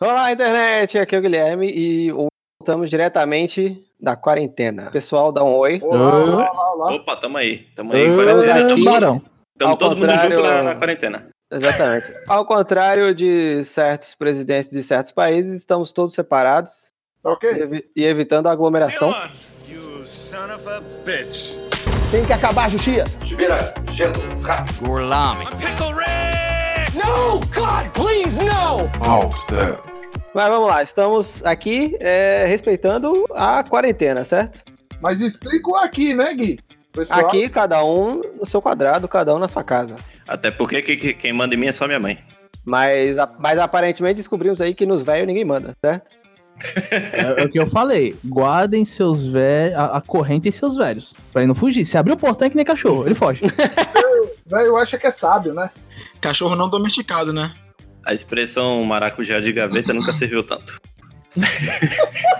Olá, internet! Aqui é o Guilherme e voltamos diretamente da quarentena. Pessoal, dá um oi. Olá, Eu- olá, olá, olá. Opa, tamo aí. Tamo aí. Ô, quarentena. aqui- Tamo, Tubarão. ao tamo todo mundo contrário- junto na, na quarentena. Exatamente. Ao contrário de certos presidentes de certos países, estamos todos separados Tá e, ok? evi- e evitando a aglomeração. Dylan, you son of a bitch. Tem que acabar, Juxias. Gorlami. Pickle Rick! Mas vamos lá, estamos aqui é, respeitando a quarentena, certo? Mas explica o aqui, né, Gui? Pessoal, Aqui, cada um no seu quadrado, cada um na sua casa. Até porque que- que- quem manda em mim é só minha mãe. Mas, a- mas aparentemente descobrimos aí que nos velhos ninguém manda, certo? É, é o que eu falei. Guardem seus velhos. A, a corrente e seus velhos. Pra ele não fugir. Se abrir o portão é que nem cachorro, ele foge. velho acha que é sábio, né? Cachorro não domesticado, né? A expressão maracujá de gaveta nunca serviu tanto.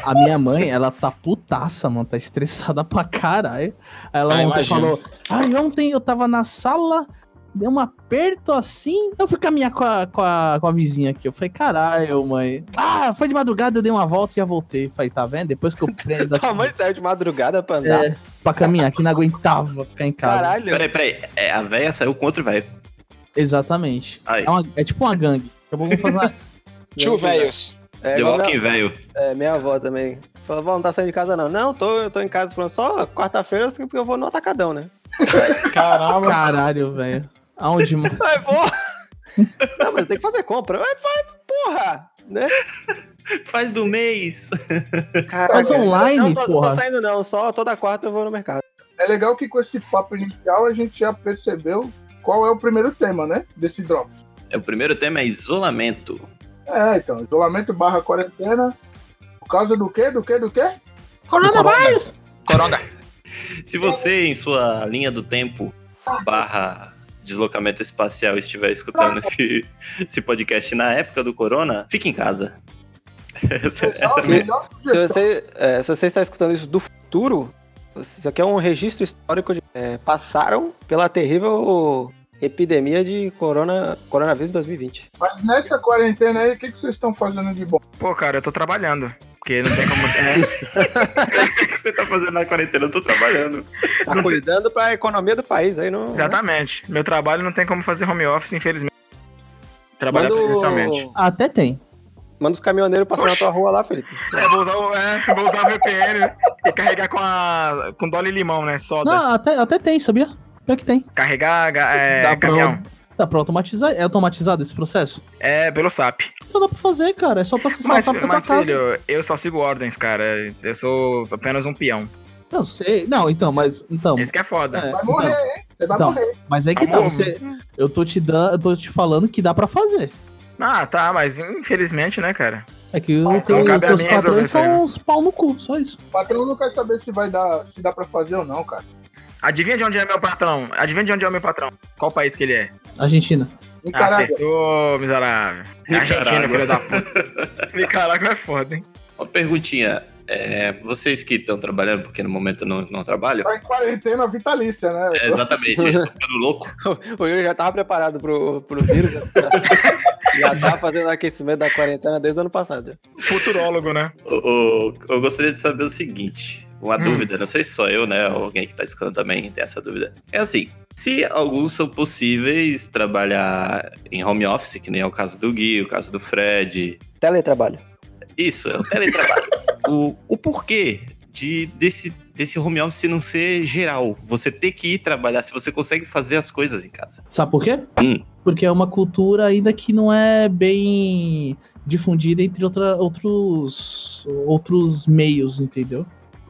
A minha mãe, ela tá putaça, mano. Tá estressada pra caralho. Aí Ela Ah, ontem imagino. falou: Ai, ontem eu tava na sala, deu um aperto assim. Eu fui caminhar com a, com a, com a vizinha aqui. Eu falei: Caralho, mãe. Ah, foi de madrugada, eu dei uma volta e já voltei. Falei: Tá vendo? Depois que eu prendo Tá, Tua mãe saiu de madrugada pra andar. é, pra caminhar, que não aguentava ficar em casa. Caralho. Peraí, peraí. É, a véia saiu com outro velho. Exatamente. Aí. É, uma- é tipo uma gangue. Eu vou fazer uma... Tio velhos. É, The igual minha- Walking Velho. É, minha avó também. Falou, vó, não tá saindo de casa não. Não, tô, eu tô em casa pronto. Só quarta-feira assim, porque eu vou no atacadão, né? Caramba. Caralho, velho. Aonde, mano? Mas vou. não, mas tem que fazer compra. Mas vai, porra! Né? Faz do mês. Faz online, Tá não, tô, porra. tô saindo não, só toda quarta eu vou no mercado. É legal que com esse papo inicial a gente já percebeu qual é o primeiro tema, né? Desse Drops. É, O primeiro tema é isolamento. É, então, isolamento barra quarentena. Por causa do quê? Do quê? Do quê? Coronavírus! Coronga. Se você, em sua linha do tempo, barra deslocamento espacial, estiver escutando esse, esse podcast na época do corona, fique em casa. Essa, essa é a Melhor, minha- melhor Se sugestão. você, é, se você está escutando isso do futuro, isso aqui é um registro histórico de. é, passaram pela terrível epidemia de corona, coronavírus em 2020. Mas nessa quarentena aí, o que, que vocês estão fazendo de bom? Pô, cara, eu tô trabalhando. Porque não tem como. O que você tá fazendo na quarentena? Eu tô trabalhando. Tá cuidando pra economia do país aí, não. É, exatamente. Meu trabalho não tem como fazer home office, infelizmente. Trabalhar Manda, presencialmente. o- Ah, Até tem. manda os caminhoneiros passar na Oxi. tua rua lá, Felipe. É, vou usar o, é, vou usar o VPN e carregar com a. com dólar e limão, né? Soda. Não, até, até tem, sabia? Pior que tem. Carregar ga- dá, é, pra, caminhão. dá pra automatizar. É automatizado esse processo? É, pelo SAP. Então dá pra fazer, cara. É só tu acessar Mas, o SAP da mas tua casa. filho, eu só sigo ordens, cara. Eu sou apenas um peão. Não sei. Não, então, mas. Então, Isso que é foda. é, Vai então, morrer, hein? Você vai Então. morrer. mas é que tá. Amor. Você, eu tô te dando. Eu tô te falando que dá pra fazer. Ah, tá, mas infelizmente, né, cara? É que o Não teu, os cabe a teus mim resolver patrões isso aí, são né? uns pau no cu, só isso. O patrão não quer saber se vai dar, se dá pra fazer ou não, cara. Adivinha de onde é meu patrão? Adivinha de onde é o meu patrão? Qual país que ele é? Argentina. Ah, Encarado. Acertou, miserável. Argentina, Nicarágua. filho da puta. Nicarágua é foda, hein? Uma perguntinha. é, vocês que estão trabalhando, porque no momento eu não, não trabalho. Tá em quarentena vitalícia, né? É, exatamente, estou ficando louco. O Yuri já tava preparado pro, pro vírus. né? já tava fazendo aquecimento da quarentena desde o ano passado. Futurólogo, né? O- o- eu gostaria de saber o seguinte: uma Hum. dúvida, não sei se só eu, né? Ou alguém que tá escutando também tem essa dúvida. É assim: se alguns são possíveis trabalhar em home office, que nem é o caso do Gui, o caso do Fred, Teletrabalho. isso, é o teletrabalho. o, o porquê de, desse, desse home office não ser geral? Você ter que ir trabalhar se você consegue fazer as coisas em casa. Sabe por quê? Hum. Porque é uma cultura ainda que não é bem difundida entre outra- outros outros meios, entendeu?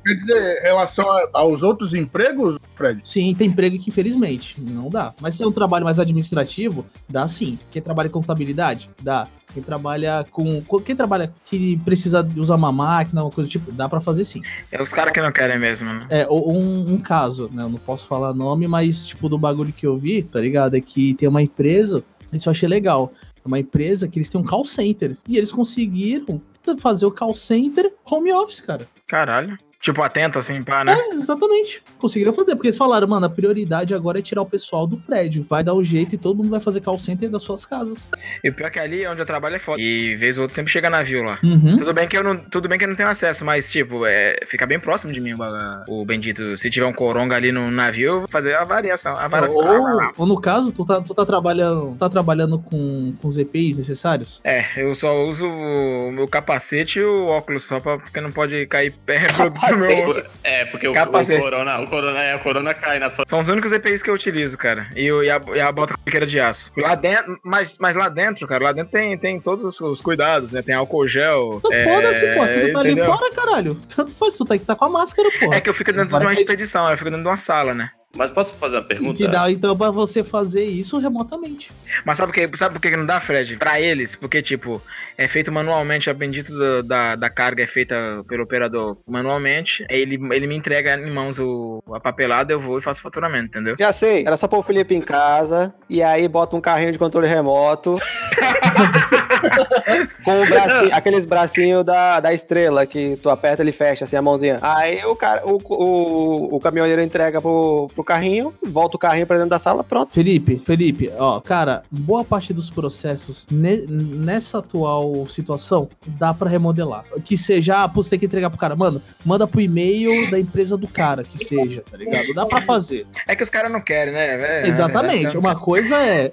Quer dizer, em relação a- aos outros empregos, Fred? Sim, tem emprego que infelizmente não dá. Mas se é um trabalho mais administrativo, dá sim. Quem trabalha com contabilidade, dá. Quem trabalha com co- quem trabalha que precisa de usar uma máquina, uma coisa do tipo, dá pra fazer sim. É os caras que não querem mesmo, né? É, ou- um, um caso, né? Eu não posso falar nome, mas, tipo, do bagulho que eu vi, tá ligado? É que tem uma empresa, isso eu achei legal. É uma empresa que eles têm um call center. E eles conseguiram fazer o call center home office, cara. Caralho. Tipo, atento, assim, pá, né? É, exatamente. Conseguiram fazer, porque eles falaram, mano, a prioridade agora é tirar o pessoal do prédio. Vai dar um jeito e todo mundo vai fazer call center das suas casas. E o pior que ali onde eu trabalho é foda. E vez ou outra sempre chega navio lá. Uhum. Tudo bem que eu não, tudo bem que eu não tenho acesso, mas tipo, é, fica bem próximo de mim o, baga- o bendito. Se tiver um coronga ali no navio, eu vou fazer a variação, a variação. Ou, ou no caso, tu tá, tu tá trabalhando, tá trabalhando com, com os EPIs necessários? É, eu só uso o meu capacete e o óculos só pra, porque não pode cair perto do meu. É, porque o, Capacete. o corona, o corona, é, o corona cai na sua. São os únicos EPIs que eu utilizo, cara. E, o- e a, e a bota piqueira de aço. Lá dentro, mas, mas lá dentro, cara, lá dentro tem, tem todos os- os cuidados, né? Tem álcool gel. Então é, foda-se, pô. Se tu tá ali entendeu? fora, caralho. Tanto faz, tu tá, tá com a máscara, pô. É que eu fico dentro de uma expedição, eu fico dentro de uma sala, né? Mas posso fazer uma E pergunta? que dá então pra você fazer isso remotamente. Mas sabe, por que, sabe por que que não dá, Fred? Pra eles, porque, tipo, é feito manualmente, a bendita da, da, da carga é feita pelo operador manualmente, aí ele, ele me entrega em mãos o, a papelada, eu vou e faço faturamento, entendeu? Já sei, era só pôr o Felipe em casa e aí bota um carrinho de controle remoto. com o bracinho, aqueles bracinhos da, da estrela que tu aperta ele fecha assim a mãozinha. Aí o cara, o, o, o caminhoneiro entrega pro, pro carrinho, volta o carrinho pra dentro da sala, pronto. Felipe, Felipe, ó, cara, boa parte dos processos ne- nessa atual situação dá pra remodelar. Que seja, ah, pô, você tem que entregar pro cara, mano, manda pro e-mail da empresa do cara, que seja, tá ligado? Dá pra fazer. É que os caras não querem, né? velho? É, Exatamente. é, Uma coisa é.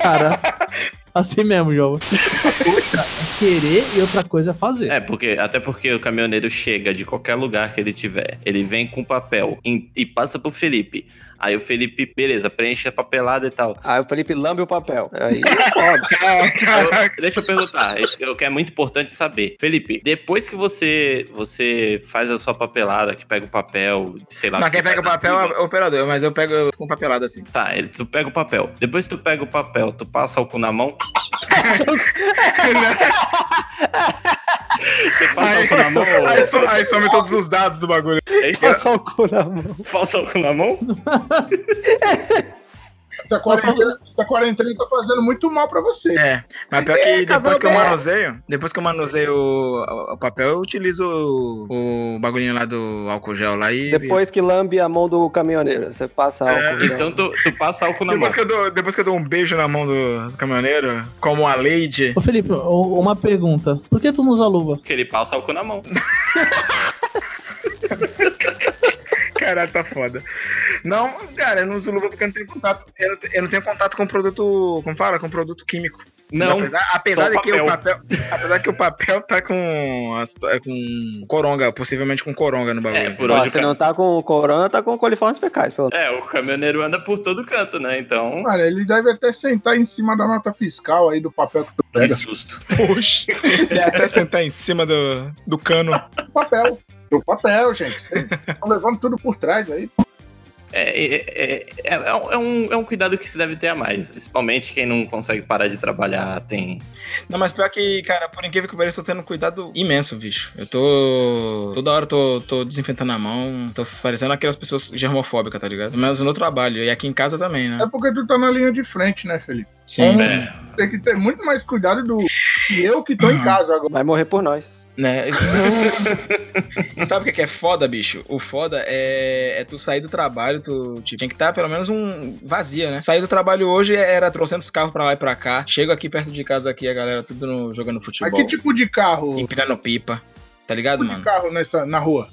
cara, assim mesmo, João. Uma coisa é querer e outra coisa é fazer. É, porque, até porque o caminhoneiro chega de qualquer lugar que ele tiver. Ele vem com papel em- e passa pro Felipe. Aí o Felipe, beleza, preenche a papelada e tal. Aí o Felipe lambe o papel. Aí é foda. Eu- deixa eu perguntar, isso que eu- que é muito importante saber. Felipe, depois que você você faz a sua papelada, que pega o papel, sei lá... Não, que quem faz pega o a papel curva. é o operador, mas eu pego com papelada assim. Tá, ele, tu pega o papel. Depois que tu pega o papel, tu passa álcool na mão. Você passa Aí, álcool na mão. aí so- aí some todos os dados do bagulho. Aí, Passou o cu na mão. Passa álcool na mão? Essa quarentena, essa quarentena tá fazendo muito mal pra você. É, mas pior É, que depois casal que eu dela. manuseio, depois que eu manuseio o, o papel, eu utilizo o, o bagulhinho lá do álcool gel lá e. Depois que lambe a mão do caminhoneiro, você passa álcool. né? Então tu, tu passa álcool na mão. Depois que, eu dou, depois que eu dou um beijo na mão do, do caminhoneiro, como a Lady. Ô Felipe, o- uma pergunta. Por que tu não usa luva? Porque ele passa álcool na mão. Caralho, tá foda. Não, cara, eu não uso luva porque eu não tenho contato. Eu não, te- eu não tenho contato com produto. Como fala? Com produto químico. Não, Apesar, apesar só de que o papel. papel. Apesar que o papel tá com. as- tá Com coronga, possivelmente com coronga no bagulho. é, por Ó, onde o se ca- não tá com corona, tá com coliformes fecais, pelo É, o caminhoneiro anda por todo canto, né? Então. Cara, ele deve até sentar em cima da nota fiscal aí do papel que tu Que pega. susto. Poxa, ele ia até sentar em cima do, do cano. Do tá papel. Do papel, gente. Vocês estão levando tudo por trás aí. É, é, é, é, é um- é um, é um cuidado que se deve ter a mais. Principalmente quem não consegue parar de trabalhar, tem. Não, mas pior que, cara, por incrível que pareça, eu tô tendo um cuidado imenso, bicho. Eu tô. Toda hora eu tô, tô desinfetando a mão, tô parecendo aquelas pessoas germofóbicas, tá ligado? Mas no trabalho, e aqui em casa também, É né? porque tu tá na linha de frente, né, Felipe? Sim. É. Tem que ter muito mais cuidado do que eu que tô em casa agora. Vai morrer por nós. Né? E Sabe o que que é foda, bicho? O foda é, é tu sair do trabalho, tu tipo, tem que estar pelo menos um vazia, né? Sair do trabalho hoje era trocentos carros pra lá e pra cá. Chego aqui perto de casa aqui, a galera tudo no- jogando Mas futebol. que tipo de carro? Que Empinando pipa. Tá ligado, tipo de mano? carro nessa, na rua?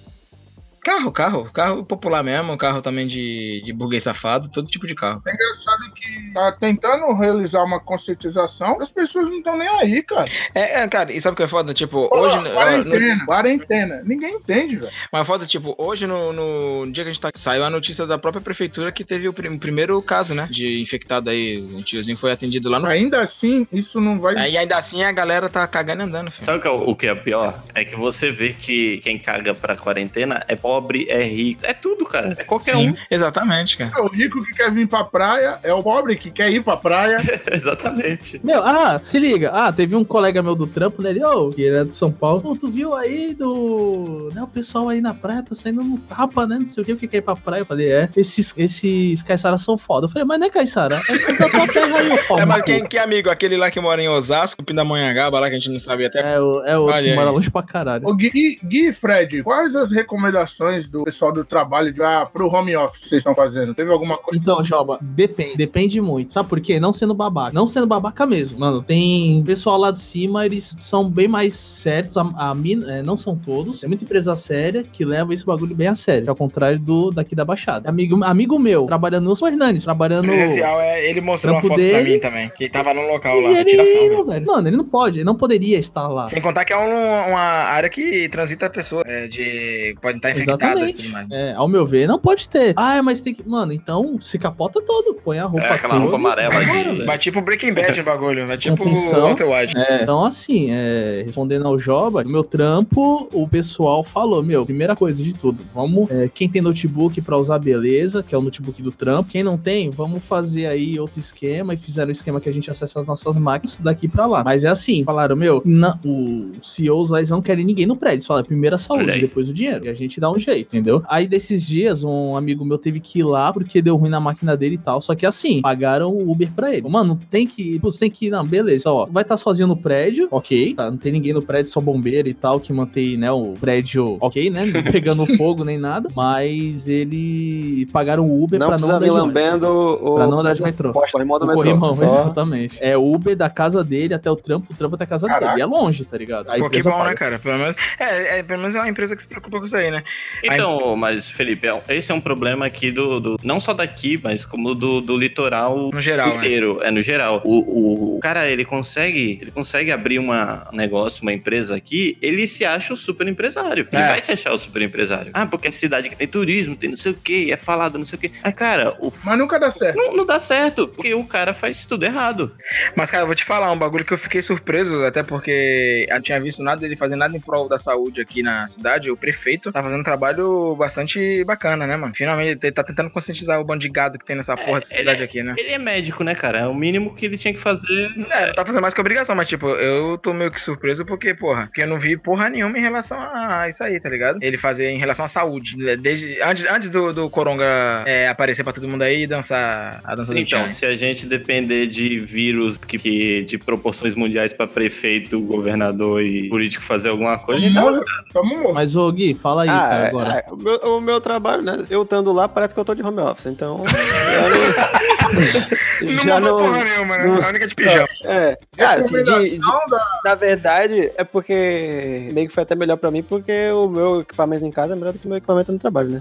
Carro, carro, carro popular mesmo, carro também de, de burguês safado, todo tipo de carro. É engraçado que tá tentando realizar uma conscientização, as pessoas não estão nem aí, cara. É, é, cara, e sabe o que é foda? Tipo, Pô, hoje. ó, no- quarentena, quarentena. Ninguém entende, velho. mas foda, tipo, hoje no, no dia que a gente tá. Saiu a notícia da própria prefeitura que teve o, prim- o primeiro caso, né? De infectado aí, um tiozinho foi atendido lá no. Ainda assim, isso não vai. Aí ainda assim a galera tá cagando e andando, filho. Sabe o que é o- o que é pior? É que você vê que quem caga pra quarentena é po- pobre é rico. É tudo, cara. É qualquer um. Sim, exatamente, cara. É o rico que quer vir pra praia, é o pobre que quer ir pra praia. um. Exatamente. Meu, ah, se liga. Ah, teve um colega meu do trampo, né? Ele, ô, que ele era de São Paulo. Pô, tu viu aí do. Né, o pessoal aí na praia tá saindo no tapa, né? Não sei o que, o que quer ir pra praia. Eu falei, é, esses, esses caiçaras são foda. Eu falei, mas não é caiçara, é coisa da tua terra aí, ô pau É, no mas cu. quem, que amigo? Aquele lá que mora em Osasco, Pindamonhangaba, lá que a gente não sabe até. É, o, é o outro Olha que mora aí. longe pra caralho. Ô, Gui, Gui e Fred, quais as recomendações do pessoal do trabalho de, ah, pro home office que vocês estão fazendo? Teve alguma coisa? Então, Joba, depende, depende muito. Sabe por quê? Não sendo babaca. Não sendo babaca mesmo. Mano, tem pessoal lá de cima, eles são bem mais sérios. A, a min- é, não são todos. É muita empresa séria que leva esse bagulho bem a sério. Ao contrário do daqui da Baixada. É Amigo, amigo meu, trabalhando nos Fernandes, trabalhando. Presencial, é, ele mostrou uma Trampo foto pra dele. mim também, que ele tava num local E lá, ele, é um- retiração. não, velho. velho. Mano, ele não pode, ele não poderia estar lá. Sem contar que é um- uma área que transita pessoas é, de. podem estar infectadas e tudo mais. né? É, ao meu ver, não pode ter. Ah, mas tem que. Mano, então se capota todo, põe a roupa. É aquela roupa toda e amarela vai de- velho. Mas tipo Breaking Bad o bagulho, é tipo Atenção. Walter White. É, Então, assim, é, respondendo ao Joba, no meu trampo, o pessoal falou: Meu, primeira coisa de tudo, vamos. é, quem tem notebook pra usar, beleza, que é o notebook do trampo. Quem não tem, vamos fazer aí outro esquema. E fizeram o esquema que a gente acessa as nossas máquinas daqui pra lá. Mas é assim: falaram, meu, na, o CEOs lá eles não querem ninguém no prédio. Eles falam: primeiro a Olha saúde, aí. depois o dinheiro. E a gente dá um jeito, entendeu? Aí desses dias, um amigo meu teve que ir lá porque deu ruim na máquina dele e tal. Só que assim, pagaram o Uber pra ele. Mano, tem que ir. Putz, tem que ir. Não, beleza, ó. Vai estar sozinho no prédio, ok. Tá, não tem ninguém no prédio, só bombeiro e tal, que mantém, né, o prédio ok, né? Não pegando fogo nem nada. Mas ele pagaram o Uber Não pra não precisa andar me de ônibus. lambendo o. Pra não andar de metrô. o corrimão do O metrô. corrimão, Só- exatamente. É Uber da casa dele até o trampo, o trampo até a casa Caraca. dele. E é longe, tá ligado? Aí Pô, que bom, né, cara? Pelo menos, é, é, pelo menos é uma empresa que se preocupa com isso aí, né? Então, mas, Felipe, é- esse é um problema aqui do. do- não só daqui, mas como do, do litoral No geral, né? inteiro. É no geral. O, o- o cara, ele consegue. Ele consegue abrir uma- um negócio, uma empresa aqui, ele se acha o super empresário. Ele É. vai se achar o super empresário. Ah, porque é cidade que tem turismo, tem não sei o quê, é falado, não sei o quê. Mas, cara, o. f- Mas nunca dá É. certo. Não, não dá certo, porque o cara faz tudo errado. Mas, cara, eu vou te falar um bagulho que eu fiquei surpreso, até porque eu não tinha visto nada dele fazer nada em prol da saúde aqui na cidade. O prefeito tá fazendo um trabalho bastante bacana, né, mano? Finalmente, ele tá tentando conscientizar o bando de gado que tem nessa porra dessa ele cidade aqui, né? Ele é médico, né, cara? É o mínimo que ele tinha que fazer. assim. É, tá fazendo mais que obrigação, mas tipo, eu tô meio que surpreso porque, porra, porque eu não vi porra nenhuma em relação a isso aí, tá ligado? Ele fazer em relação à saúde. né? Desde, antes, antes do, do Coronga é, aparecer pra todo mundo aí e dançar a dança Sim, do Tchan. né? então, se a gente depender de vírus que, que- de proporções mundiais pra prefeito, governador e político fazer alguma coisa, então, a gente Morre, toma um morro. Mas, ô Gui, fala aí, Ah, cara, é, agora. é, o, meu, o meu trabalho, né? Eu estando lá, parece que eu tô de home office, então. já não- já Não mandou não. porra nenhuma, né? não- A única de pijama. É. Ah, assim, de- de- Recomendação da- na verdade, é porque. Meio que foi até melhor pra mim, porque o meu equipamento em casa é melhor do que o meu equipamento no trabalho, né?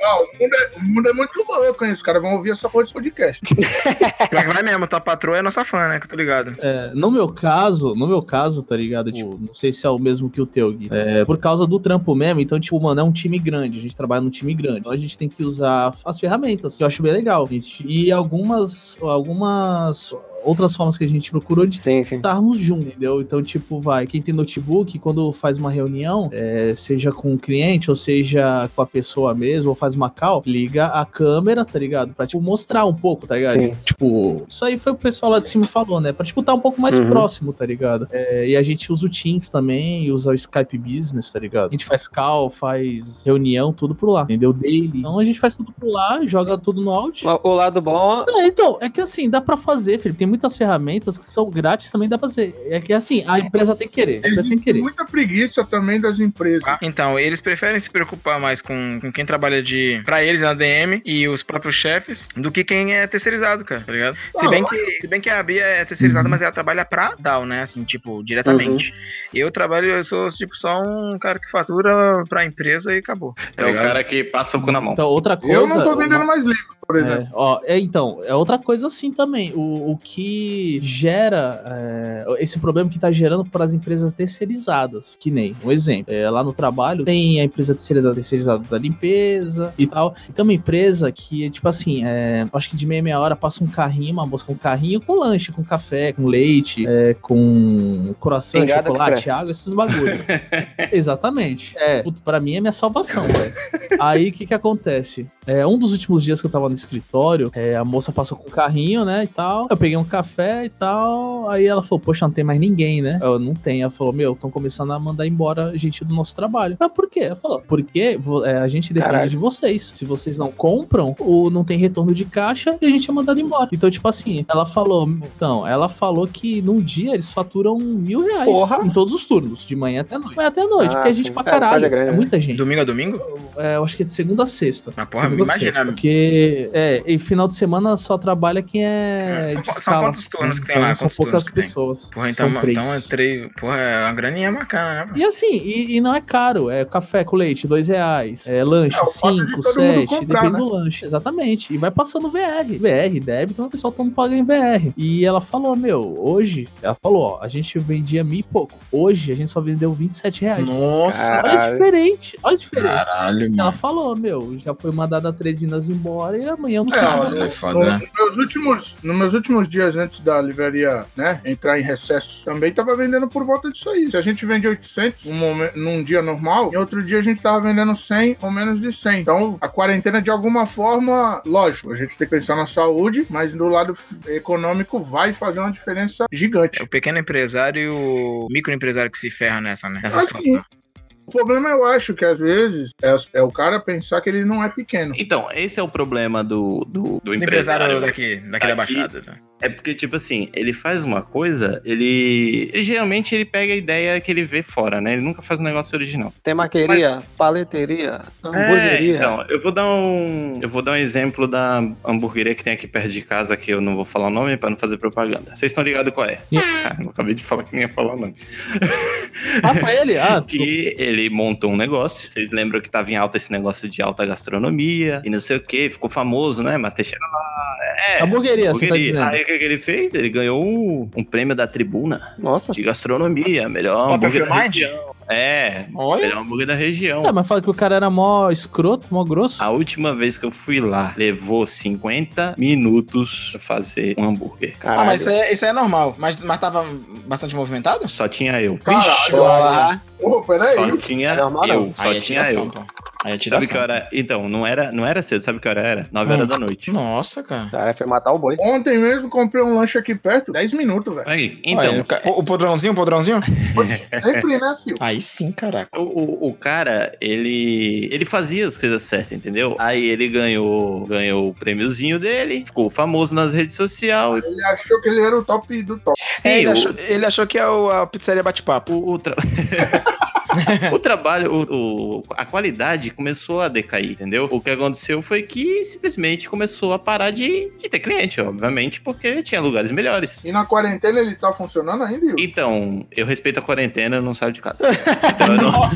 Não, o, mundo é, o mundo é muito louco, hein? Os caras vão ouvir essa porra desse podcast. Pior que vai mesmo, tua patroa é nossa fã, né? Que eu tô ligado. É, no meu caso, no meu caso, tá ligado? Tipo, não sei se é o mesmo que o teu, Gui. É, por causa do trampo mesmo, então, tipo, mano, é um time grande. A gente trabalha num time grande. Então a gente tem que usar as ferramentas, que eu acho bem legal, gente. E algumas, algumas outras formas que a gente procurou de Sim, sim. estarmos juntos, entendeu? Então, tipo, vai, quem tem notebook, quando faz uma reunião, é, seja com o cliente, ou seja com a pessoa mesmo, ou faz uma call, liga a câmera, tá ligado? Pra, tipo, mostrar um pouco, tá ligado? Sim. Tipo, isso aí foi o pessoal lá de cima falou, né? Pra, tipo, tá um pouco mais Uhum. próximo, tá ligado? É, e a gente usa o Teams também, usa o Skype Business, tá ligado? A gente faz call, faz reunião, tudo por lá, entendeu? Daily. Então a gente faz tudo por lá, joga tudo no áudio. O o lado bom. É, então, é que assim, dá pra fazer, Felipe. Tem muitas ferramentas que são grátis, também dá pra fazer. É que assim, a empresa tem que querer. A empresa tem que Existe querer. muita preguiça também das empresas. Ah, Então, eles preferem se preocupar mais com, com quem trabalha de. pra eles na DM e os próprios chefes do que quem é terceirizado, cara, tá ligado? Se Ah, bem que, se bem que a Bia é terceirizada, Uhum. mas ela trabalha pra DAO, né? Assim, tipo, diretamente. Eu trabalho, eu sou, tipo, só um cara que fatura pra empresa e acabou. tá é o cara que passa o cu na mão. Então, outra coisa. eu não tô vendendo uma- mais livro. por exemplo. É, ó, é, então, é outra coisa assim também. O, o que gera é, esse problema que tá gerando para as empresas terceirizadas, que nem um exemplo. é, lá no trabalho tem a empresa terceirizada, terceirizada da limpeza e tal. E tem uma empresa que, tipo assim, é, acho que de meia meia hora passa um carrinho, uma moça com um carrinho com lanche, com café, com leite, é, com croissant, Pingada chocolate, Express. água, esses bagulhos. Exatamente. É, puto, pra mim é minha salvação, velho. Aí o que que acontece? É, um dos últimos dias que eu tava no escritório, é, a moça passou com o carrinho, né, e tal. Eu peguei um café e tal. Aí ela falou, poxa, não tem mais ninguém, né? Eu, não tem. Ela falou, meu, estão começando a mandar embora gente do nosso trabalho. Mas por quê? Ela falou, porque vo- é, a gente depende Caralho. de vocês. Se vocês não compram, ou não tem retorno de caixa, e a gente é mandado embora. Então, tipo assim, ela falou, então, ela falou que num dia eles faturam mil reais Porra! em todos os turnos, de manhã até noite. Manhã até noite, Ah, porque é gente sim. pra É, pode caralho. É, é grande, né? muita gente. Domingo a domingo? É, eu acho que é de segunda a sexta. Ah, porra, Segunda a imagina. sexta, porque, é, e final de semana só trabalha quem é. É, são de qu- são escala. quantos turnos que tem Então, lá? São Quantos poucas turnos que tem? pessoas. Porra, então, são três. então entrei. Porra, é uma graninha bacana, né? E assim, e, e não é caro. É café com leite, dois reais. É lanche, É, o fato de cinco, todo mundo sete. comprar, depende né? do lanche. Exatamente. E vai passando VR. VR, débito, então o pessoal todo mundo paga em VR. E ela falou, meu, hoje... Ela falou, ó, a gente vendia mil e pouco. Hoje a gente só vendeu 27 reais. Nossa, Cara. Olha Caralho. diferente, olha diferente. caralho, Ela mano. falou, meu, já foi mandada três vindas embora e amanhã eu não É, sei. olha, É Nos foda. né? meus, últimos, nos meus últimos dias antes da livraria né, entrar em recesso, também tava vendendo por volta disso aí. Se a gente vende 800 um momen- num dia normal, em outro dia a gente tava vendendo 100 ou menos de 100. Então, a quarentena, de alguma forma, lógico, a gente tem que pensar na saúde, mas do lado f- econômico vai fazer uma diferença É gigante. o pequeno empresário e o microempresário que se ferra nessa, né? Nessa Assim, situação. O problema, eu acho, que às vezes, é, é o cara pensar que ele não é pequeno. Então, esse é o problema do, do, do O empresário. empresário né? daqui, daqui da Aqui- Baixada. Tá? É porque, tipo assim, ele faz uma coisa, ele. Geralmente ele pega a ideia que ele vê fora, né? Ele nunca faz um negócio original. Tem maqueria, paleteria, hamburgueria. É, então, eu vou dar um. Eu vou dar um exemplo da hamburgueria que tem aqui perto de casa, que eu não vou falar o nome pra não fazer propaganda. Vocês estão ligados qual é? Ah, eu acabei de falar que nem ia falar o nome. Ah, foi ele? Ah, que ele montou um negócio. Vocês lembram que tava em alta esse negócio de alta gastronomia e não sei o que, ficou famoso, né? Mas Teixeira lá. É, hamburgueria, você tá hamburgueria. dizendo. Aí o que, que ele fez? Ele ganhou um, um prêmio da tribuna Nossa. de gastronomia, melhor Top of hambúrguer da Mind? Ah, região. É, Olha. melhor hambúrguer da região. Ah, mas fala que o cara era mó escroto, mó Ah. grosso. A última vez que eu fui lá, levou 50 minutos pra fazer um hambúrguer. Ah, Caralho. mas isso aí, isso aí é normal. Mas, mas tava bastante movimentado? Só tinha eu. Caralho, né? Porra. Ô, peraí. Só tinha É normal, não. eu. Só é tinha tiração, eu. pô. Aí é Sabe que tiração. hora? Então, não era, não era cedo, sabe que hora era? 9 Hum. horas da noite. Nossa, cara. Cara, foi matar o boi. Ontem mesmo comprei um lanche aqui perto, 10 minutos, velho. Aí, então, Olha, o ca- o, o podrãozinho, o podrãozinho? Sempre, né, filho? Aí sim, caraca. o, o- o cara, ele ele fazia as coisas certas, entendeu? Aí ele ganhou, ganhou o prêmiozinho dele, ficou famoso nas redes sociais. Ele achou que ele era o top do top. Sim, É, ele, o- achou, ele achou que é o- a pizzaria bate-papo. o, o tra- o trabalho, o- o- a qualidade começou a decair, entendeu? O que aconteceu foi que simplesmente começou a parar de, de ter cliente, obviamente, porque tinha lugares melhores. E na quarentena ele tá funcionando ainda, Yuri? Então, eu respeito a quarentena, eu não saio de casa. Então, eu não,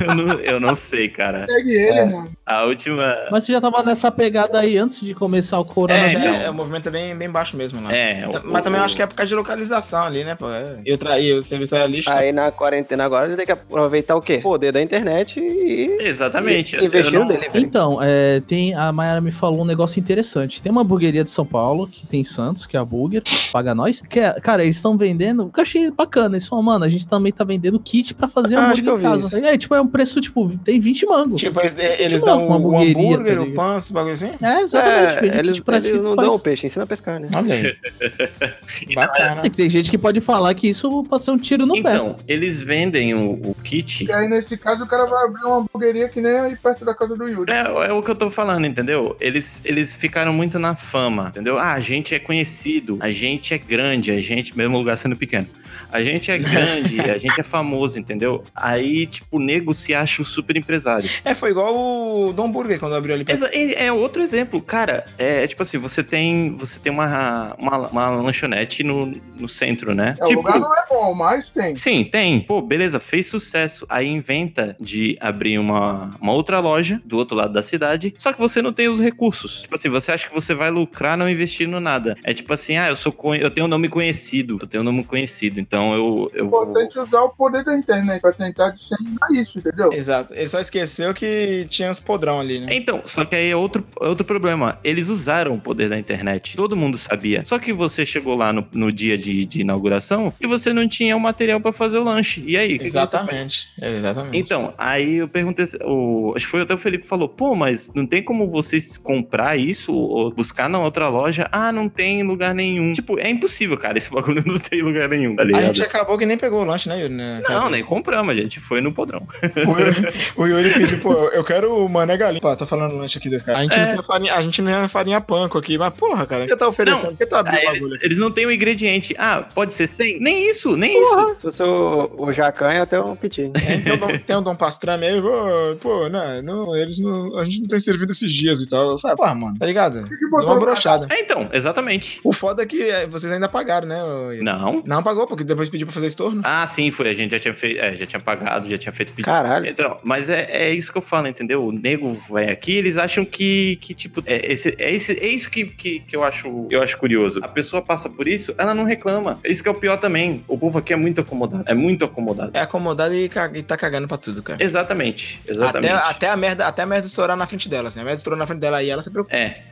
eu não, eu não sei, cara. Segue ele, É. mano. A última, Mas você já tava nessa pegada aí antes de começar o né? É, coronavírus. então. é, o movimento é bem, bem baixo mesmo lá. É, Mas o- mas o- também eu acho que é por causa de localização ali, né, pô? É. Eu traí, o serviço era É, lixo. Aí na quarentena agora ele tem que aproveitar o quê? O poder da internet e. Exatamente. e investir Eu no delivery. Então, é, tem, a Mayara me falou um negócio interessante. Tem uma hamburgueria de São Paulo, que tem em Santos, que é a Burger, paga nós. Que é- cara, eles estão vendendo, o que eu achei bacana. Eles falaram, mano, a gente também tá vendendo kit pra fazer Ah, acho que hambúrguer eu em vi casa. É, tipo, é um preço, tipo, tem 20 mangos. Tipo, eles, eles Tipo, dão uma o hamburgueria, hambúrguer, tá o ligado? pão, esses bagulho assim. É, exatamente. vende é, eles, kit pra ti, eles tu não faz. dão o peixe, ensina a pescar, né? Olha aí. Bacana. É que tem gente que pode falar que isso pode ser um tiro no pé. Então, eles vendem o, o kit. E aí, nesse caso, o cara vai abrir uma hamburgueria que nem aí perto da casa do Yuri. É, é o que eu tô falando, entendeu? Eles, eles ficaram muito na fama, entendeu? Ah, a gente é conhecido, a gente é grande, a gente, mesmo lugar sendo pequeno. A gente é grande, a gente é famoso, entendeu? Aí, tipo, o nego se acha o super empresário. É, foi igual o Dom Burger quando abriu ali. pra- Exa- é, é outro exemplo, cara. É, tipo assim, você tem, você tem uma, uma, uma lanchonete internet no, no centro, né? É, O Tipo lugar não é bom, mas tem. Sim, tem. Pô, beleza, fez sucesso. Aí inventa de abrir uma, uma outra loja do outro lado da cidade. Só que você não tem os recursos. Tipo assim, você acha que você vai lucrar não investindo nada. É tipo assim, ah, eu sou con- eu tenho um nome conhecido. Eu tenho um nome conhecido, então eu, eu É vou. importante usar o poder da internet pra tentar disseminar isso, entendeu? É. Exato. Ele só esqueceu que tinha uns podrão ali, né? Então, só que aí é outro, é outro problema. Eles usaram o poder da internet. Todo mundo sabia. Só que você chegou lá no, no dia de, de inauguração e você não tinha o material pra fazer o lanche. E aí, o É, que, que você faz? Exatamente. Exatamente. Então, aí eu perguntei, o, acho que foi até o Felipe que falou, pô, mas não tem como vocês comprar isso ou buscar na outra loja? Ah, não tem em lugar nenhum. Tipo, é impossível, cara, esse bagulho não tem em lugar nenhum, tá a ligado? gente acabou que nem pegou o lanche, né, Yuri? né? Não, nem compramos, a gente foi no podrão. O Yuri- O Yuri pediu, pô, eu quero o mané galinha. Pô, tô falando lanche aqui desse cara. A gente, É. não, tem farinha, a gente não é farinha panko aqui, mas porra, cara, o que tu tá oferecendo? Por que tu abriu Aí o eles, bagulho aqui? eles não têm o ingrediente. Ah, pode ser sem? Nem isso, nem isso. Se fosse o, o Jacan, ia ter um pitinho. Tem o Dom- Tem o Dom Pastrame aí, pô, pô, né, não, eles não, a gente não tem servido esses dias e tal. Eu falei, porra, mano, tá ligado? que Deu botou uma no brochada. É, então, exatamente. O foda é que é, vocês ainda pagaram, né? o Yuri? Não. Não pagou, porque depois pediu pra fazer estorno. Ah, sim, foi. A gente já tinha feito. é, já tinha pagado, já tinha feito pedido. Caralho. Então, mas é, é isso que eu falo, entendeu? O nego vai aqui, eles acham que, que tipo, é, esse, é, esse, é isso que, que, que eu, acho, eu acho curioso. A pessoa passa por isso, ela não reclama. Isso que é o pior também. O povo aqui é muito acomodado. É muito acomodado. É acomodado e, ca- e tá cagando pra tudo, cara. Exatamente, Até, exatamente. até, a merda, até a merda estourar na frente dela, assim. A merda estourou na frente dela aí, ela se preocupa. É,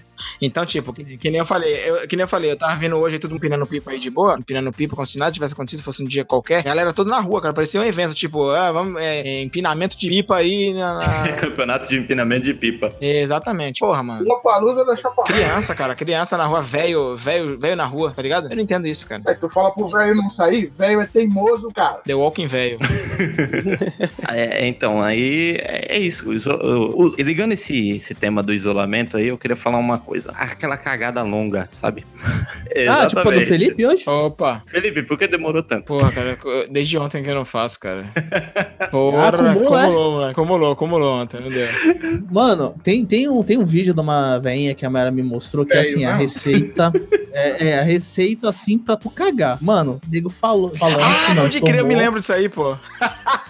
Então, tipo, que, que nem eu falei, eu, que nem eu falei, eu tava vindo hoje todo mundo empinando pipa aí de boa, empinando pipa, como se nada tivesse acontecido, fosse um dia qualquer. Galera toda na rua, cara, parecia um evento, tipo, ah, vamos, é, é, empinamento de pipa aí. na- na- campeonato de empinamento de pipa. Exatamente. Porra, mano. Uma palusa da chapa. Criança, cara, criança na rua, velho, velho, velho na rua, tá ligado? Eu não entendo isso, cara. Aí É, tu fala pro velho não sair, velho é teimoso, cara. The Walking Velho. É, é, então, aí é é isso. O iso- o- o- e ligando esse, esse tema do isolamento aí, eu queria falar uma coisa. Aquela cagada longa, sabe? Ah, tipo a do Felipe hoje? Opa. Felipe, por que demorou tanto? Porra, cara, eu- desde ontem que eu não faço, cara. Porra, Acumula, Ah, acumulou, é? acumulou, né? acumulou, acumulou ontem, meu Deus. Mano, tem, tem, um, tem um vídeo de uma veinha que a Mayara me mostrou que é Veio, assim, a não? receita. é, é, a receita assim pra tu cagar. Mano, o nego falou. falando que Ah, não, pode crer, eu me tomou. lembro disso aí, pô.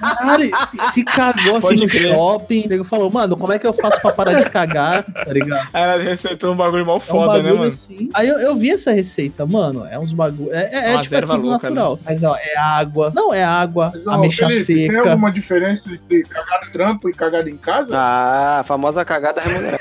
Cara, e se cagou assim Pode no crer. shopping. O nego falou, mano, como é que eu faço pra parar de cagar? Tá ligado? Aí ela receitou um bagulho mal É um foda, né, bagulho mano? assim. Aí eu, eu vi essa receita, mano. É uns bagulho. É, é, é Uma tipo é erva tudo louca, né? natural. Mas ó, é água. Não, é água, Mas, ó, ameixa Felipe, Tem seca. alguma diferença entre cagar no trampo e cagar em casa? Ah, a famosa cagada remunerada.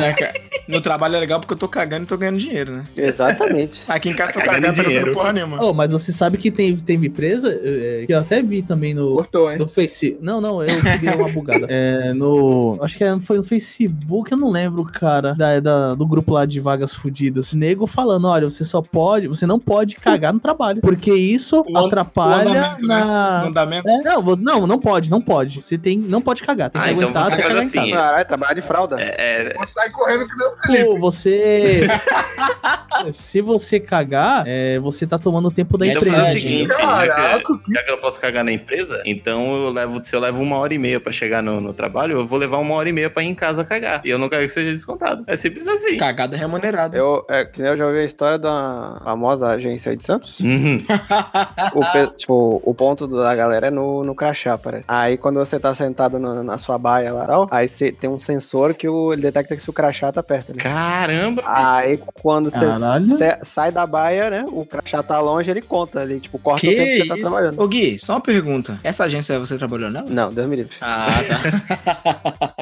Né, cara? No trabalho é legal porque eu tô cagando e tô ganhando dinheiro, né? Exatamente. Aqui em casa eu tô Cagando cagando, e tô dinheiro. ganhando porra nenhuma. Oh, mas você sabe que tem, teve empresa, eh, que eu até vi também no, Gostou, hein? No Face. Não, não, eu que dei uma bugada. É, no. Acho que é- foi no Facebook, eu não lembro, cara. Da, da- do grupo lá de vagas fudidas. Nego falando: olha, você só pode. Você não pode cagar no trabalho. Porque isso O an- o atrapalha andamento, né? na. Fundamento. É, não, vou- não, não pode, não pode. Você tem, não pode cagar. Tem que Ah, então aguentar você até faz cagar assim. em casa. Caralho, trabalho de fralda. É, Vou sair correndo que nem um- o Felipe. Pô, você. Se você cagar, é, você tá tomando o tempo da Então empresa. faz o seguinte, já que, Caraca, que já que eu não posso cagar na empresa, então eu levo, se eu levo uma hora e meia pra chegar no, no trabalho, eu vou levar uma hora e meia pra ir em casa cagar. E eu não quero que seja descontado. É simples assim. Cagada remunerada. Eu, é, que nem eu já ouvi a história da famosa agência aí de Santos. Uhum. O, pe- tipo, o ponto da galera é no, no crachá, parece. Aí quando você tá sentado na, na sua baia lá, tal, aí você tem um sensor que o, ele detecta que se o crachá tá perto, né? Caramba! Aí quando você Caralho. sa- sai da baia, né? O crachá tá longe, ele conta ali, tipo, corta que o tempo que você tá isso? trabalhando. Ô Gui, só uma pergunta. Essa agência você trabalhou nela? Não, Deus me livre. Ah, tá.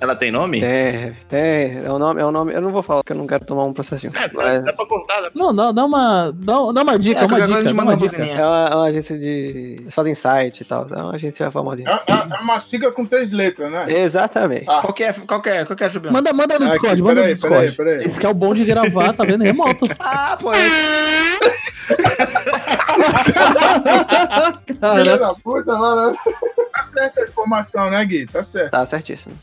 Ela tem nome? Tem, tem. É o nome, é o nome. Eu não vou falar porque eu não quero tomar um processinho. É, dá, mas dá pra cortar, dá pra... Não, não, dá uma. Dá, dá uma dica, É, uma qualquer coisa dica. de Dá uma mandar uma dica. buzininha. é uma, é uma agência de. Eles fazem site e tal. É uma agência É, famosinha. é- é uma sigla com três letras, É, né? Exatamente. Ah, Qual que é, qual que é, qual que é a Juliana? Manda, manda no Aqui, Discord, manda no peraí, Discord. peraí, peraí. Esse que é o bom de gravar, tá vendo? Remoto. Ah, pô. é- Ah, Filha Cara, da puta, lá, né? Tá certa a informação, né, Gui? Tá certo. Tá certíssimo.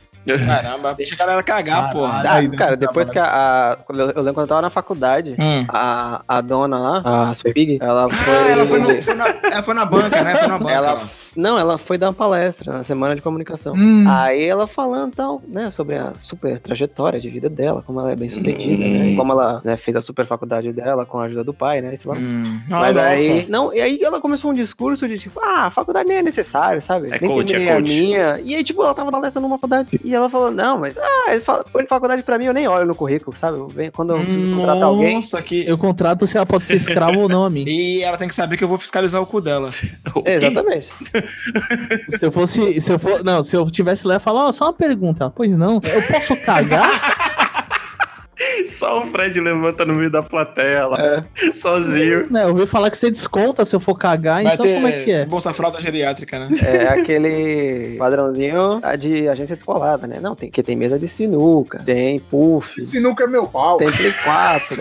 Caramba, deixa a galera cagar, Caralho. porra. Ah, Aí, né? cara, depois que a. a- quando eu, eu lembro quando eu tava na faculdade, Hum. a, Ah, a dona lá, a Super Pig, Ah, ela foi. Ah, ela foi, no, foi na, ela foi na banca, né? Foi na banca. ela ó. Não, ela foi dar uma palestra na semana de comunicação. Hum. Aí ela falando tal, né, sobre a super trajetória de vida dela, como ela é bem sucedida, né? Hum. e Como ela né, fez a super faculdade dela com a ajuda do pai, né? Sei lá. Hum. Mas Ah, aí, nossa. não, e aí ela começou um discurso de tipo, ah, a faculdade nem é necessária, sabe? É nem coach, é terminei a coach. minha. E aí, tipo, ela tava palestra numa faculdade. E ela falou, não, mas, ah, ele fala- faculdade pra mim eu nem olho no currículo, sabe? Eu venho- Quando eu preciso contratar alguém, Hum, Nossa, que. Eu contrato se ela pode ser escrava ou não a mim. E ela tem que saber que eu vou fiscalizar o cu dela. O quê? Exatamente. Se eu fosse. Se eu for, não, se eu tivesse lá, eu ia falar, ó, só uma pergunta. Pois não, eu posso cagar? Só o Fred levanta no meio da plateia lá, sozinho. né, eu ouvi falar que você desconta se eu for cagar, Vai então ter como é que é? Bolsa fralda geriátrica, né? É aquele padrãozinho de agência descolada, né? Não, tem que tem mesa de sinuca, tem puff, Esse nunca é meu pau. tem play 4,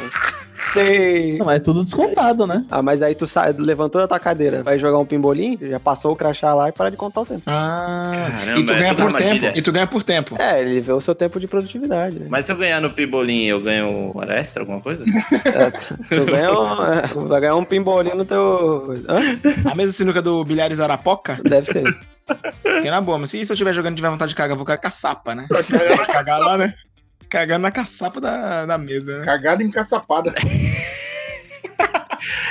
tem... Não, mas é tudo descontado, né? Ah, mas aí tu sai, levantou da tua cadeira, vai jogar um pimbolim, já passou o crachá lá e para de contar o tempo. Ah. Caramba, e tu é ganha tudo por armadilha. tempo. E tu ganha por tempo. É, ele vê o seu tempo de produtividade, né? Mas se eu ganhar no Pibolim, eu ganho um hora extra, alguma coisa? É, tu, tu ganha um, é, vai ganhar um pimbolim no teu... Hã? A mesma sinuca do Bilhares Arapoca, Deve ser. que é na boa. Mas se se eu estiver jogando e tiver vontade de cagar, eu vou cagar caçapa, né? Cagada- Cagar lá, né? Cagando na caçapa da, da mesa, né? Cagada encaçapada.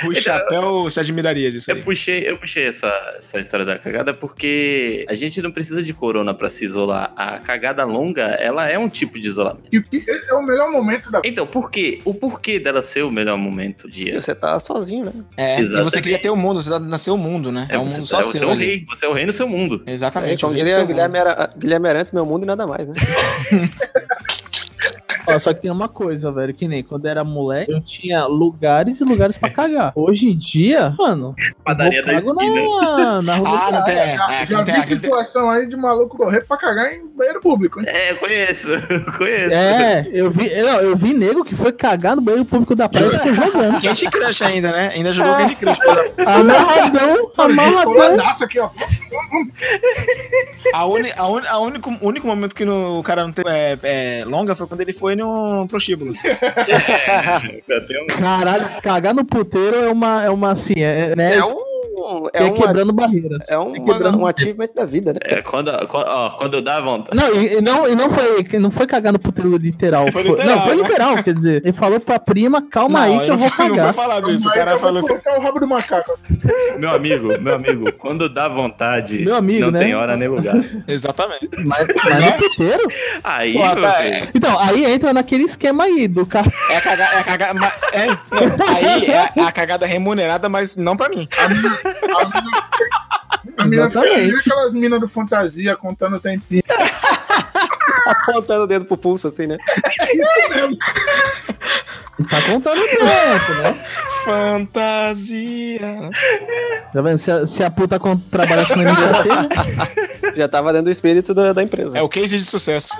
Rui Então, Chapéu se admiraria disso Eu aí. puxei, eu puxei essa, essa história da cagada porque a gente não precisa de corona pra se isolar. A cagada longa, ela é um tipo de isolamento. E o que- é o melhor momento da Então, por quê? O porquê dela ser o melhor momento do dia? Você tá sozinho, né? É, e você Exatamente. queria ter o mundo, você nasceu o mundo, né? É, um você, mundo só você é seu o assim, ali. rei, você é o rei no seu mundo. É, Exatamente. como o rei do diria seu Guilherme, Ara- Guilherme Arantes, meu mundo e nada mais, né? Ó, só que tem uma coisa, velho, que nem quando eu era moleque, eu tinha lugares e lugares pra cagar. Hoje em dia, mano, Padaria eu da cago esquina. na, na mundo. rua Ah, não tem. É, Já, já não tem, vi aquele tem- situação aí de maluco correr pra cagar em banheiro público, hein? É, eu conheço, eu conheço. É, eu vi, não, eu vi nego que foi cagar no banheiro público da praia e ficou jogando. Candy Crush ainda, né? Ainda jogou Candy Crush. Amarradão, amarradão. Descoladaço aqui, ó. A uni- a uni- a único, o único momento que no- o cara não teve é, é, longa foi quando ele foi no prostíbulo. Eu tenho- um- Caralho, cagar no puteiro é uma, é uma assim, é, né, É um... É é um... quebrando barreiras. É um, quebrando- um achievement da vida, né? É, quando, quando, ó, quando dá vontade. Não, e, e não, e não foi, não foi cagar no puteiro literal. Foi foi- literal, não, foi né? literal, quer dizer. Ele falou pra prima, calma aí que ele eu vou não foi- Não cagar. foi falar disso. O Aí cara eu vou falou assim. colocar o rabo do macaco. Meu amigo, meu amigo, quando dá vontade, Meu amigo, não né? tem hora nem lugar. assim, Exatamente. Mas, mas no puteiro? Aí, Pô, meu tá, filho, Então, aí entra naquele esquema aí do cara. É a cagada. É a caga, ma- é, não, aí é a, a cagada remunerada, mas não pra mim. A mina- A mina Exatamente. fica aquelas minas do fantasia contando o tempinho. Apontando o dedo pro pulso, assim, né? Tá contando o tempo, né? Fantasia. Tá vendo? Se a, se a puta con- trabalha com MDT, Já tava dentro do espírito da, da empresa. É o case de sucesso.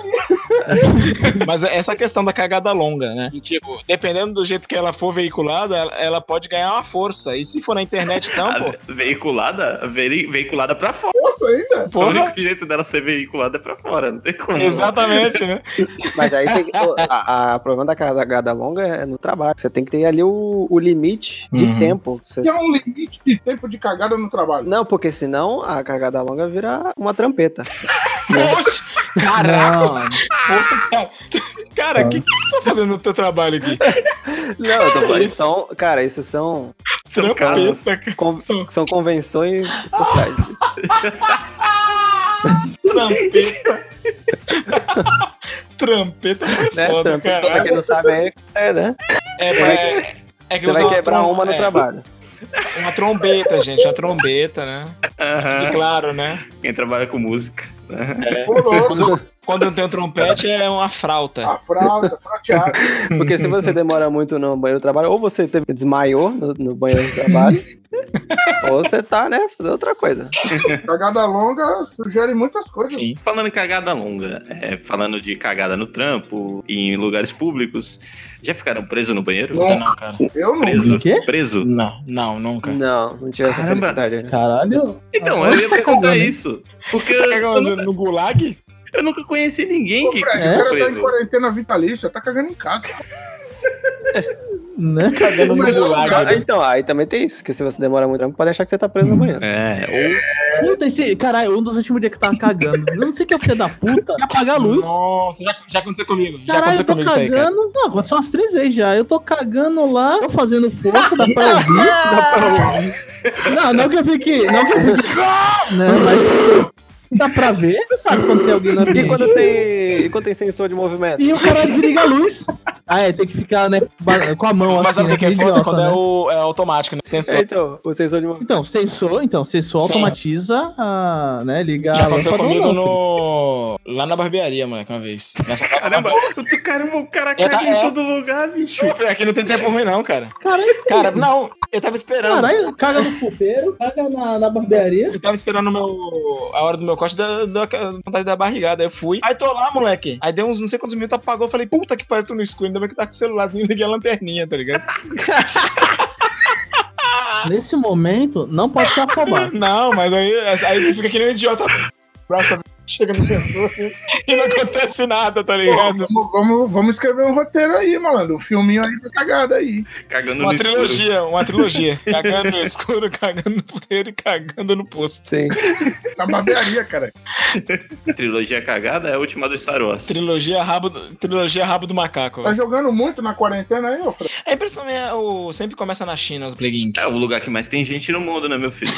Mas essa questão da cagada longa, né? E, Tipo, dependendo do jeito que ela for veiculada, ela, ela pode ganhar uma força. E se for na internet, não, a- pô. veiculada, vei- veiculada pra fora. Nossa, ainda? O Porra. único jeito dela ser veiculada é pra fora, não tem como. Exatamente, né? Mas aí tem que. pô, A, a- o problema da cagada longa é no trabalho. Você tem que ter ali o, o limite de Uhum. tempo. Você- Tem um limite de tempo de cagada no trabalho. Não, porque senão a cagada longa vira uma trampeta. Poxa, caraca, não. porra, cara. Cara, o que, que tu tá fazendo no teu trabalho aqui? Não, eu tô falando. isso São, cara, isso são, São casos. Trampeta, cara. con- são convenções sociais. Trampeta. Trampeta foi Né? foda, trampeta, pra cara. quem não sabe aí, é, né? É, é, é que Você usa vai quebrar trom- uma no é, trabalho. Uma trombeta, gente, uma trombeta, né? Aham. E claro, né? Quem trabalha com música. Ô, louco. É. Quando, quando não tem um trompete, é uma frauta. A fralda, frateada. Porque se você demora muito no banheiro do trabalho, ou você teve- desmaiou no, no banheiro do trabalho, ou você tá, né, fazendo outra coisa. Cagada longa sugere muitas coisas. Sim. Falando em cagada longa, é, falando de cagada no trampo e em lugares públicos, já ficaram presos no banheiro? Não. Puta, não, cara. Eu não. Preso? O quê? Preso? Não, não, nunca. Não, não tinha essa Caramba. felicidade. Né? Caralho. Então, Ah, eu ia tá perguntar cagando, hein? isso. Porque eu, Tá cagando nunca, no gulag? eu nunca conheci ninguém Ô, que Fred, É? o ficou cara tá em preso. quarentena vitalícia, tá cagando em casa. Né? Cagando no Melhor gulag. tá Ah, então, aí também tem isso, que se você demora muito tempo, pode achar que você tá preso no banheiro. É, puta esse. Caralho, um dos últimos dias que eu tava cagando. Eu não sei que é o filho da puta. ia apagar a luz. Nossa, já, já aconteceu comigo. já Caralho, tá eu aconteceu tô comigo isso aí, cara. cagando. Não, aconteceu umas três vezes já. Eu tô cagando lá, tô fazendo força, dá pra ouvir. dá pra ouvir. Não, não que eu fique. Não que eu fique. Não, mas. Dá pra ver? Você sabe quando tem alguém na E frente. quando tem, e quando tem sensor de movimento? E o cara desliga a luz. Ah, é, tem que ficar, né, ba- com a mão Mas assim, sabe né, o que é idiota, foda? Quando é, né? o, é automático, né? Sensor. Então, o sensor de movimento. Então, sensor, então, sensor Sim. automatiza a, né, liga Já a aconteceu lâmpada ou comigo não. no... lá na barbearia, moleque, uma vez. Nessa Caramba, tu- caramba, o cara tá É, tá- caga em é. todo lugar, bicho. Pô, Aqui não tem tempo ruim, não, cara. Caralho, Cara, não, eu tava esperando. Caralho, caga no puteiro, caga na, na barbearia. Eu tava esperando o meu, a hora do meu corte da, da, da vontade da barrigada. Aí eu fui. Aí tô lá, moleque. Aí deu uns não sei quantos minutos, apagou. Eu falei, puta que pariu, tô no escuro. Ainda bem que tá com o celularzinho e liguei a lanterninha, tá ligado? Nesse momento, não pode se afobar. não, mas aí, aí tu fica que nem um idiota. Braço, Chega no sensor assim, e não acontece nada, tá É. ligado? Vamos, vamos, vamos escrever um roteiro aí, malandro. Um filminho aí pra cagada aí. Cagando no Uma escuro. trilogia, uma trilogia. Cagando no escuro, cagando no poeiro e cagando no poço. Sim. Na barbearia, cara. Trilogia cagada é a última do Star Wars. Trilogia rabo, do- trilogia rabo do macaco. Tá jogando muito na quarentena aí, ô Fred? A impressão minha, é o, sempre começa na China os plugins. É o lugar que mais tem gente no mundo, né, meu filho?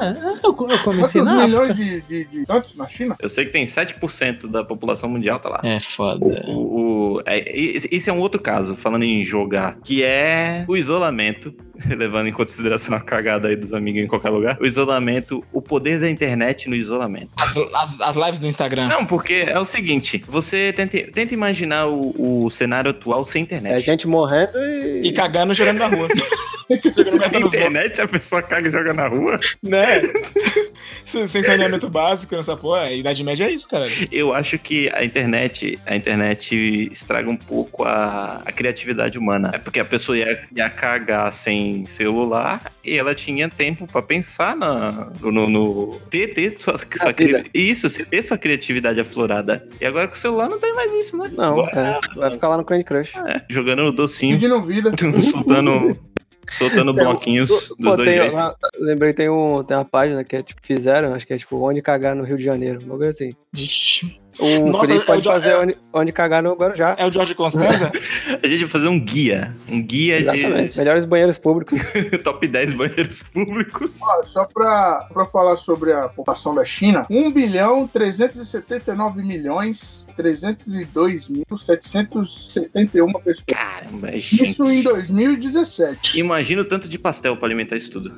É, eu, eu comecei Quantos na milhões de, de, de tantos na China? Eu sei que tem 7% da população mundial tá lá. É foda. O, o- é, e- esse é um outro caso, falando em jogar, que é o isolamento, levando em consideração a cagada aí dos amigos em qualquer lugar. O isolamento, o poder da internet no isolamento. As, as- as lives do Instagram. Não, porque é o seguinte, você tenta, tenta imaginar o, o cenário atual sem É internet. gente morrendo e. E cagando e jogando na rua. jogando merda Sem nos outros, internet, a pessoa caga e joga na rua. né? Sem sem saneamento básico nessa porra. A Idade Média é isso, cara. Eu acho que a internet, a internet estraga um pouco a, a criatividade humana. É porque a pessoa ia, ia cagar sem celular e ela tinha tempo pra pensar na, no, no- ter, ter sua, sua cri- vida. isso, você ter sua criatividade aflorada. E agora com o celular não tem mais isso, né? Não, Agora, é. vai ficar lá no Candy Crush. é, jogando o docinho, Pedindo vida. soltando, soltando um bloquinhos Pô, dos dois tem- jeitos. ah, lembrei, tem, um, tem uma página que é, tipo, fizeram, acho que é tipo Onde Cagar no Rio de Janeiro, um bagulho assim. Ixi. O Nossa, Felipe é o pode Jo- fazer é- onde, onde Cagar no Guarujá. É o Jorge Constanza? A gente vai fazer um guia, um guia Exatamente. Melhores banheiros públicos. de top 10 banheiros públicos. Ó, só pra, pra falar sobre a população da China, 1 bilhão 379 milhões 302 mil 771 pessoas. Caramba, gente. Isso em 2017. Imagina o tanto de pastel pra alimentar isso tudo.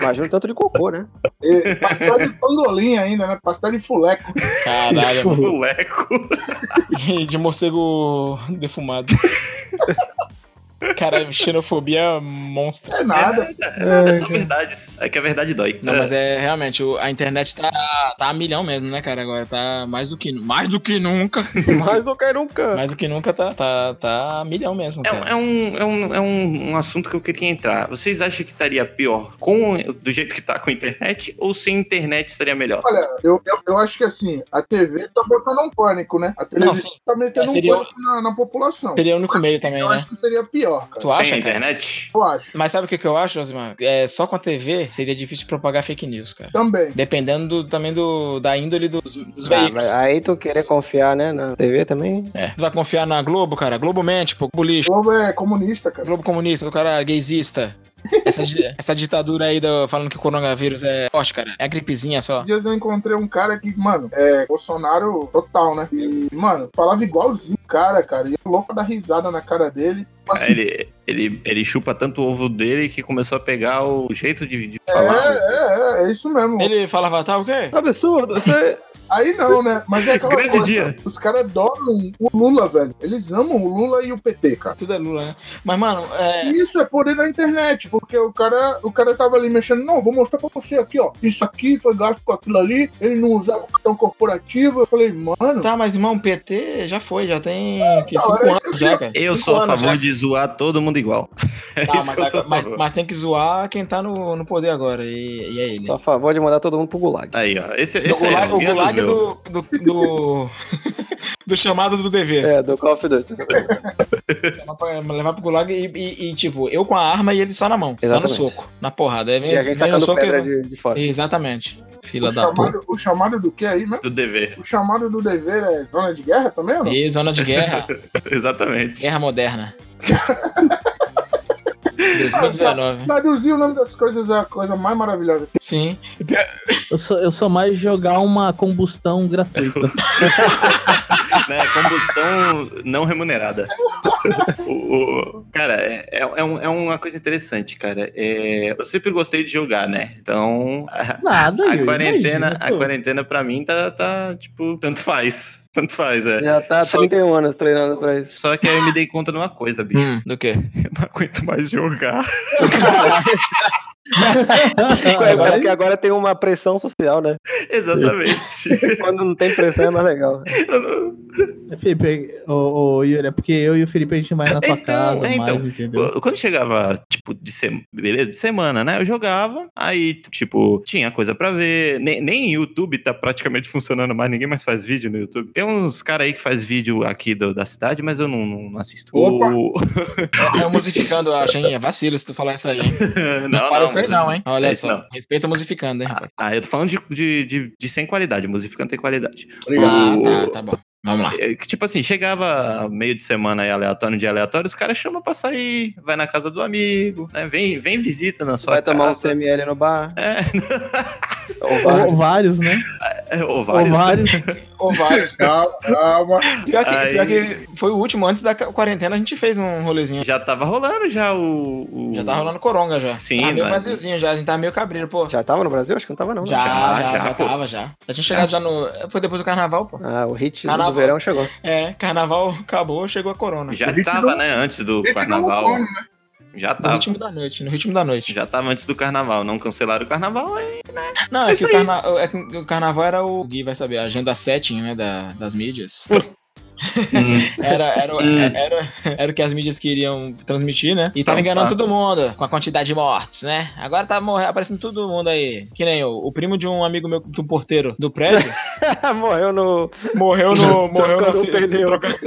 Imagina o tanto de cocô, né? E pastel de pangolim ainda, né? Pastel de fuleco. Caralho. Fuleco. E de morcego defumado. Caralho, xenofobia monstra. É nada. É, são verdades. É que a verdade dói. Não, mas é realmente, o- a internet tá, tá a milhão mesmo, né, cara? Agora tá mais do que, nu- mais do que nunca. Mas eu quero um canto. Mais do que nunca tá, tá, tá a milhão mesmo, É um, é, cara. um, é, um, é um, um assunto que eu queria entrar. Vocês acham que estaria pior com do jeito que tá com a internet ou sem internet estaria melhor? Olha, eu, eu, eu acho que assim, a TV tá botando um pânico, né? A televisão tá metendo é, um seria- pânico na, na população. um Seria o único meio também, Eu né? acho que seria pior, cara. Tu acha, sem a cara? internet? Eu acho. Mas sabe o que, que eu acho, Osmar? É, só com a TV seria difícil propagar fake news, cara. Também. Dependendo do- também do, da índole dos, dos Ah, veículos. mas aí tu querer confiar, né, na TV também. É. Tu vai confiar na Globo, cara? Globo mente, pô, Globo O lixo, povo é comunista, cara. Globo comunista, do cara gaysista. Essa, di- essa ditadura aí do- falando que o coronavírus é forte, cara. É a gripezinha só. Esses dias eu encontrei um cara que, mano, é Bolsonaro total, né? E, mano, falava igualzinho o cara, cara. E eu louco pra dar risada na cara dele. Ah, Assim, Ele, ele, ele chupa tanto o ovo dele que começou a pegar o jeito de, de é, falar. é, é, é isso mesmo. Ele falava, tá, o quê? Absurdo. Você... Aí não, né? Mas é aquela Grande coisa. dia. Os caras adoram o Lula, velho. Eles amam o Lula e o PT, cara. Tudo é Lula, né? Mas, mano, é. E Isso é poder da internet, porque o cara, o cara tava ali mexendo, não, vou mostrar pra você aqui, ó. Isso aqui foi gasto com aquilo ali, ele não usava o cartão corporativo. Eu falei, mano, Tá, mas irmão, PT já foi, já tem que da cinco hora, anos já, cara. Eu Cinco sou a anos favor já. de zoar todo mundo igual. Tá, isso que eu mas, sou a mas- favor. mas tem que zoar quem tá no, no poder agora, e, e é ele. Tô a favor de mandar todo mundo pro gulag. Aí, ó. Esse, Do esse aí é gulag, o o guia do gulag meu. do, do, do, do chamado do dever. É, do Call of Duty. Levar pra- Levar pro gulag e, e- e, tipo, eu com a arma e ele só na mão. Só no Exatamente. soco, na porrada. É, E a gente vem no tacando soco e- pedra de, de fora. Exatamente. Fila O da puta. chamado, o chamado do que aí, né? Do dever. O chamado do dever é zona de guerra também, ou não? E zona de guerra. Exatamente. Guerra moderna. Ah, 2019. Traduzir o nome das coisas é a coisa mais maravilhosa. Sim. Eu sou, eu sou mais jogar uma combustão gratuita. né? Combustão não remunerada. O- o- cara, é, é, é um- é uma coisa interessante, cara. É, eu sempre gostei de jogar, né? Então, a, Nada, a Yuri, quarentena, imagina, a pô. quarentena pra mim tá, tá, tipo, tanto faz. Tanto faz, é. Já tá há Só- 31 anos treinando pra isso. Só que aí eu me dei conta de uma coisa, bicho. Hum, do quê? Eu não aguento mais jogar. Ah, é, Agora, que agora tem uma pressão social, né? Exatamente. Quando não tem pressão é mais legal. Eu não- Felipe, ô, ô, Yuri, é porque eu e o Felipe a gente vai na tua Então, casa, é, então. mais, entendeu? Eu- Quando chegava, tipo, de semana, beleza, de semana, né? Eu jogava, aí, tipo, tinha coisa pra ver. Nem, nem YouTube tá praticamente funcionando mais, ninguém mais faz vídeo no YouTube. Tem uns caras aí que faz vídeo aqui do- da cidade, mas eu não, não- não assisto. Opa! O- É musificando, eu acho, hein? É vacilo se tu falar isso aí, hein? não, Não, não, para isso aí mas- não, hein? Olha É isso só. não. Respeita musificando, hein, rapaz? Ah, eu tô falando de, de, de, de sem qualidade, musificando tem qualidade. Obrigado. Ah, o- tá, tá bom. Vamos lá. É, que, tipo assim, chegava meio de semana aí aleatório, de aleatório, os caras chamam pra sair, vai na casa do amigo, né? Vem, vem visita na sua Vai tomar um casa. CML no bar. É, Ou Ou bar. vários, né? é, ou vários. Ou vários. Ovários. Calma, calma. Pior que, Aí- pior que foi o último, antes da ca- quarentena, a gente fez um rolezinho. Já tava rolando já o. o- Já tá rolando coronga já. Sim, Tava meio né? vaziozinho já, a gente tava meio cabreiro, pô. Já tava no Brasil? Acho que não tava, não. né? Já, já, já, já, pô. tava, já. Já tinha chegado já no. Foi depois do carnaval, pô. Ah, o hit Carnaval. do verão chegou. É, carnaval acabou, chegou a corona. Já A gente tava, não- né? Antes do Ele ficou no carnaval. fone, né? Já No tava. ritmo da noite, no ritmo da noite. Já tava antes do carnaval. Não cancelaram o carnaval, hein? Não, é, É que isso o carna- é que o carnaval era o. o Gui vai saber, a agenda setting, né? da- das mídias. Era, era, o- é, Hum. era, era o que as mídias queriam transmitir, né? E tava enganando todo mundo com a quantidade de mortos, né? Agora tá morrendo, aparecendo todo mundo aí. Que nem o, o primo de um amigo meu, do porteiro do prédio, Morreu no. morreu no. morreu no. Trocando o pneu. trocando-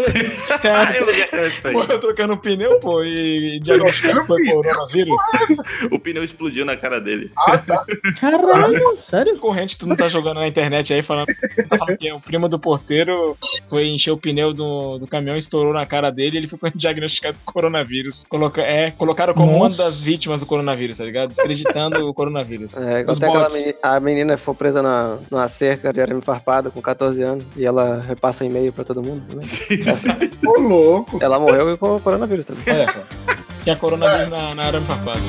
Ah, eu ia- isso aí. Hum. Morreu trocando pneu, pô, e e diagnosticado que foi coronavírus. O pneu explodiu na cara dele. Ah, Caralho, sério? Corrente, tu não tá jogando na internet aí falando, tá falando que o primo do porteiro foi encher o pneu do, do caminhão, estourou na cara dele e ele ficou diagnosticado com coronavírus. Coloca, é, colocaram como uma Nossa. das vítimas do coronavírus, tá ligado? Descreditando o coronavírus. É, Os até aquela bots. meni- a menina foi presa na, numa cerca de arame farpado com 14 anos e ela repassa e-mail pra todo mundo. né? Sim, Ô, louco. Ela morreu com o coronavírus também. Olha só. Tinha coronavírus na, na arame farpada.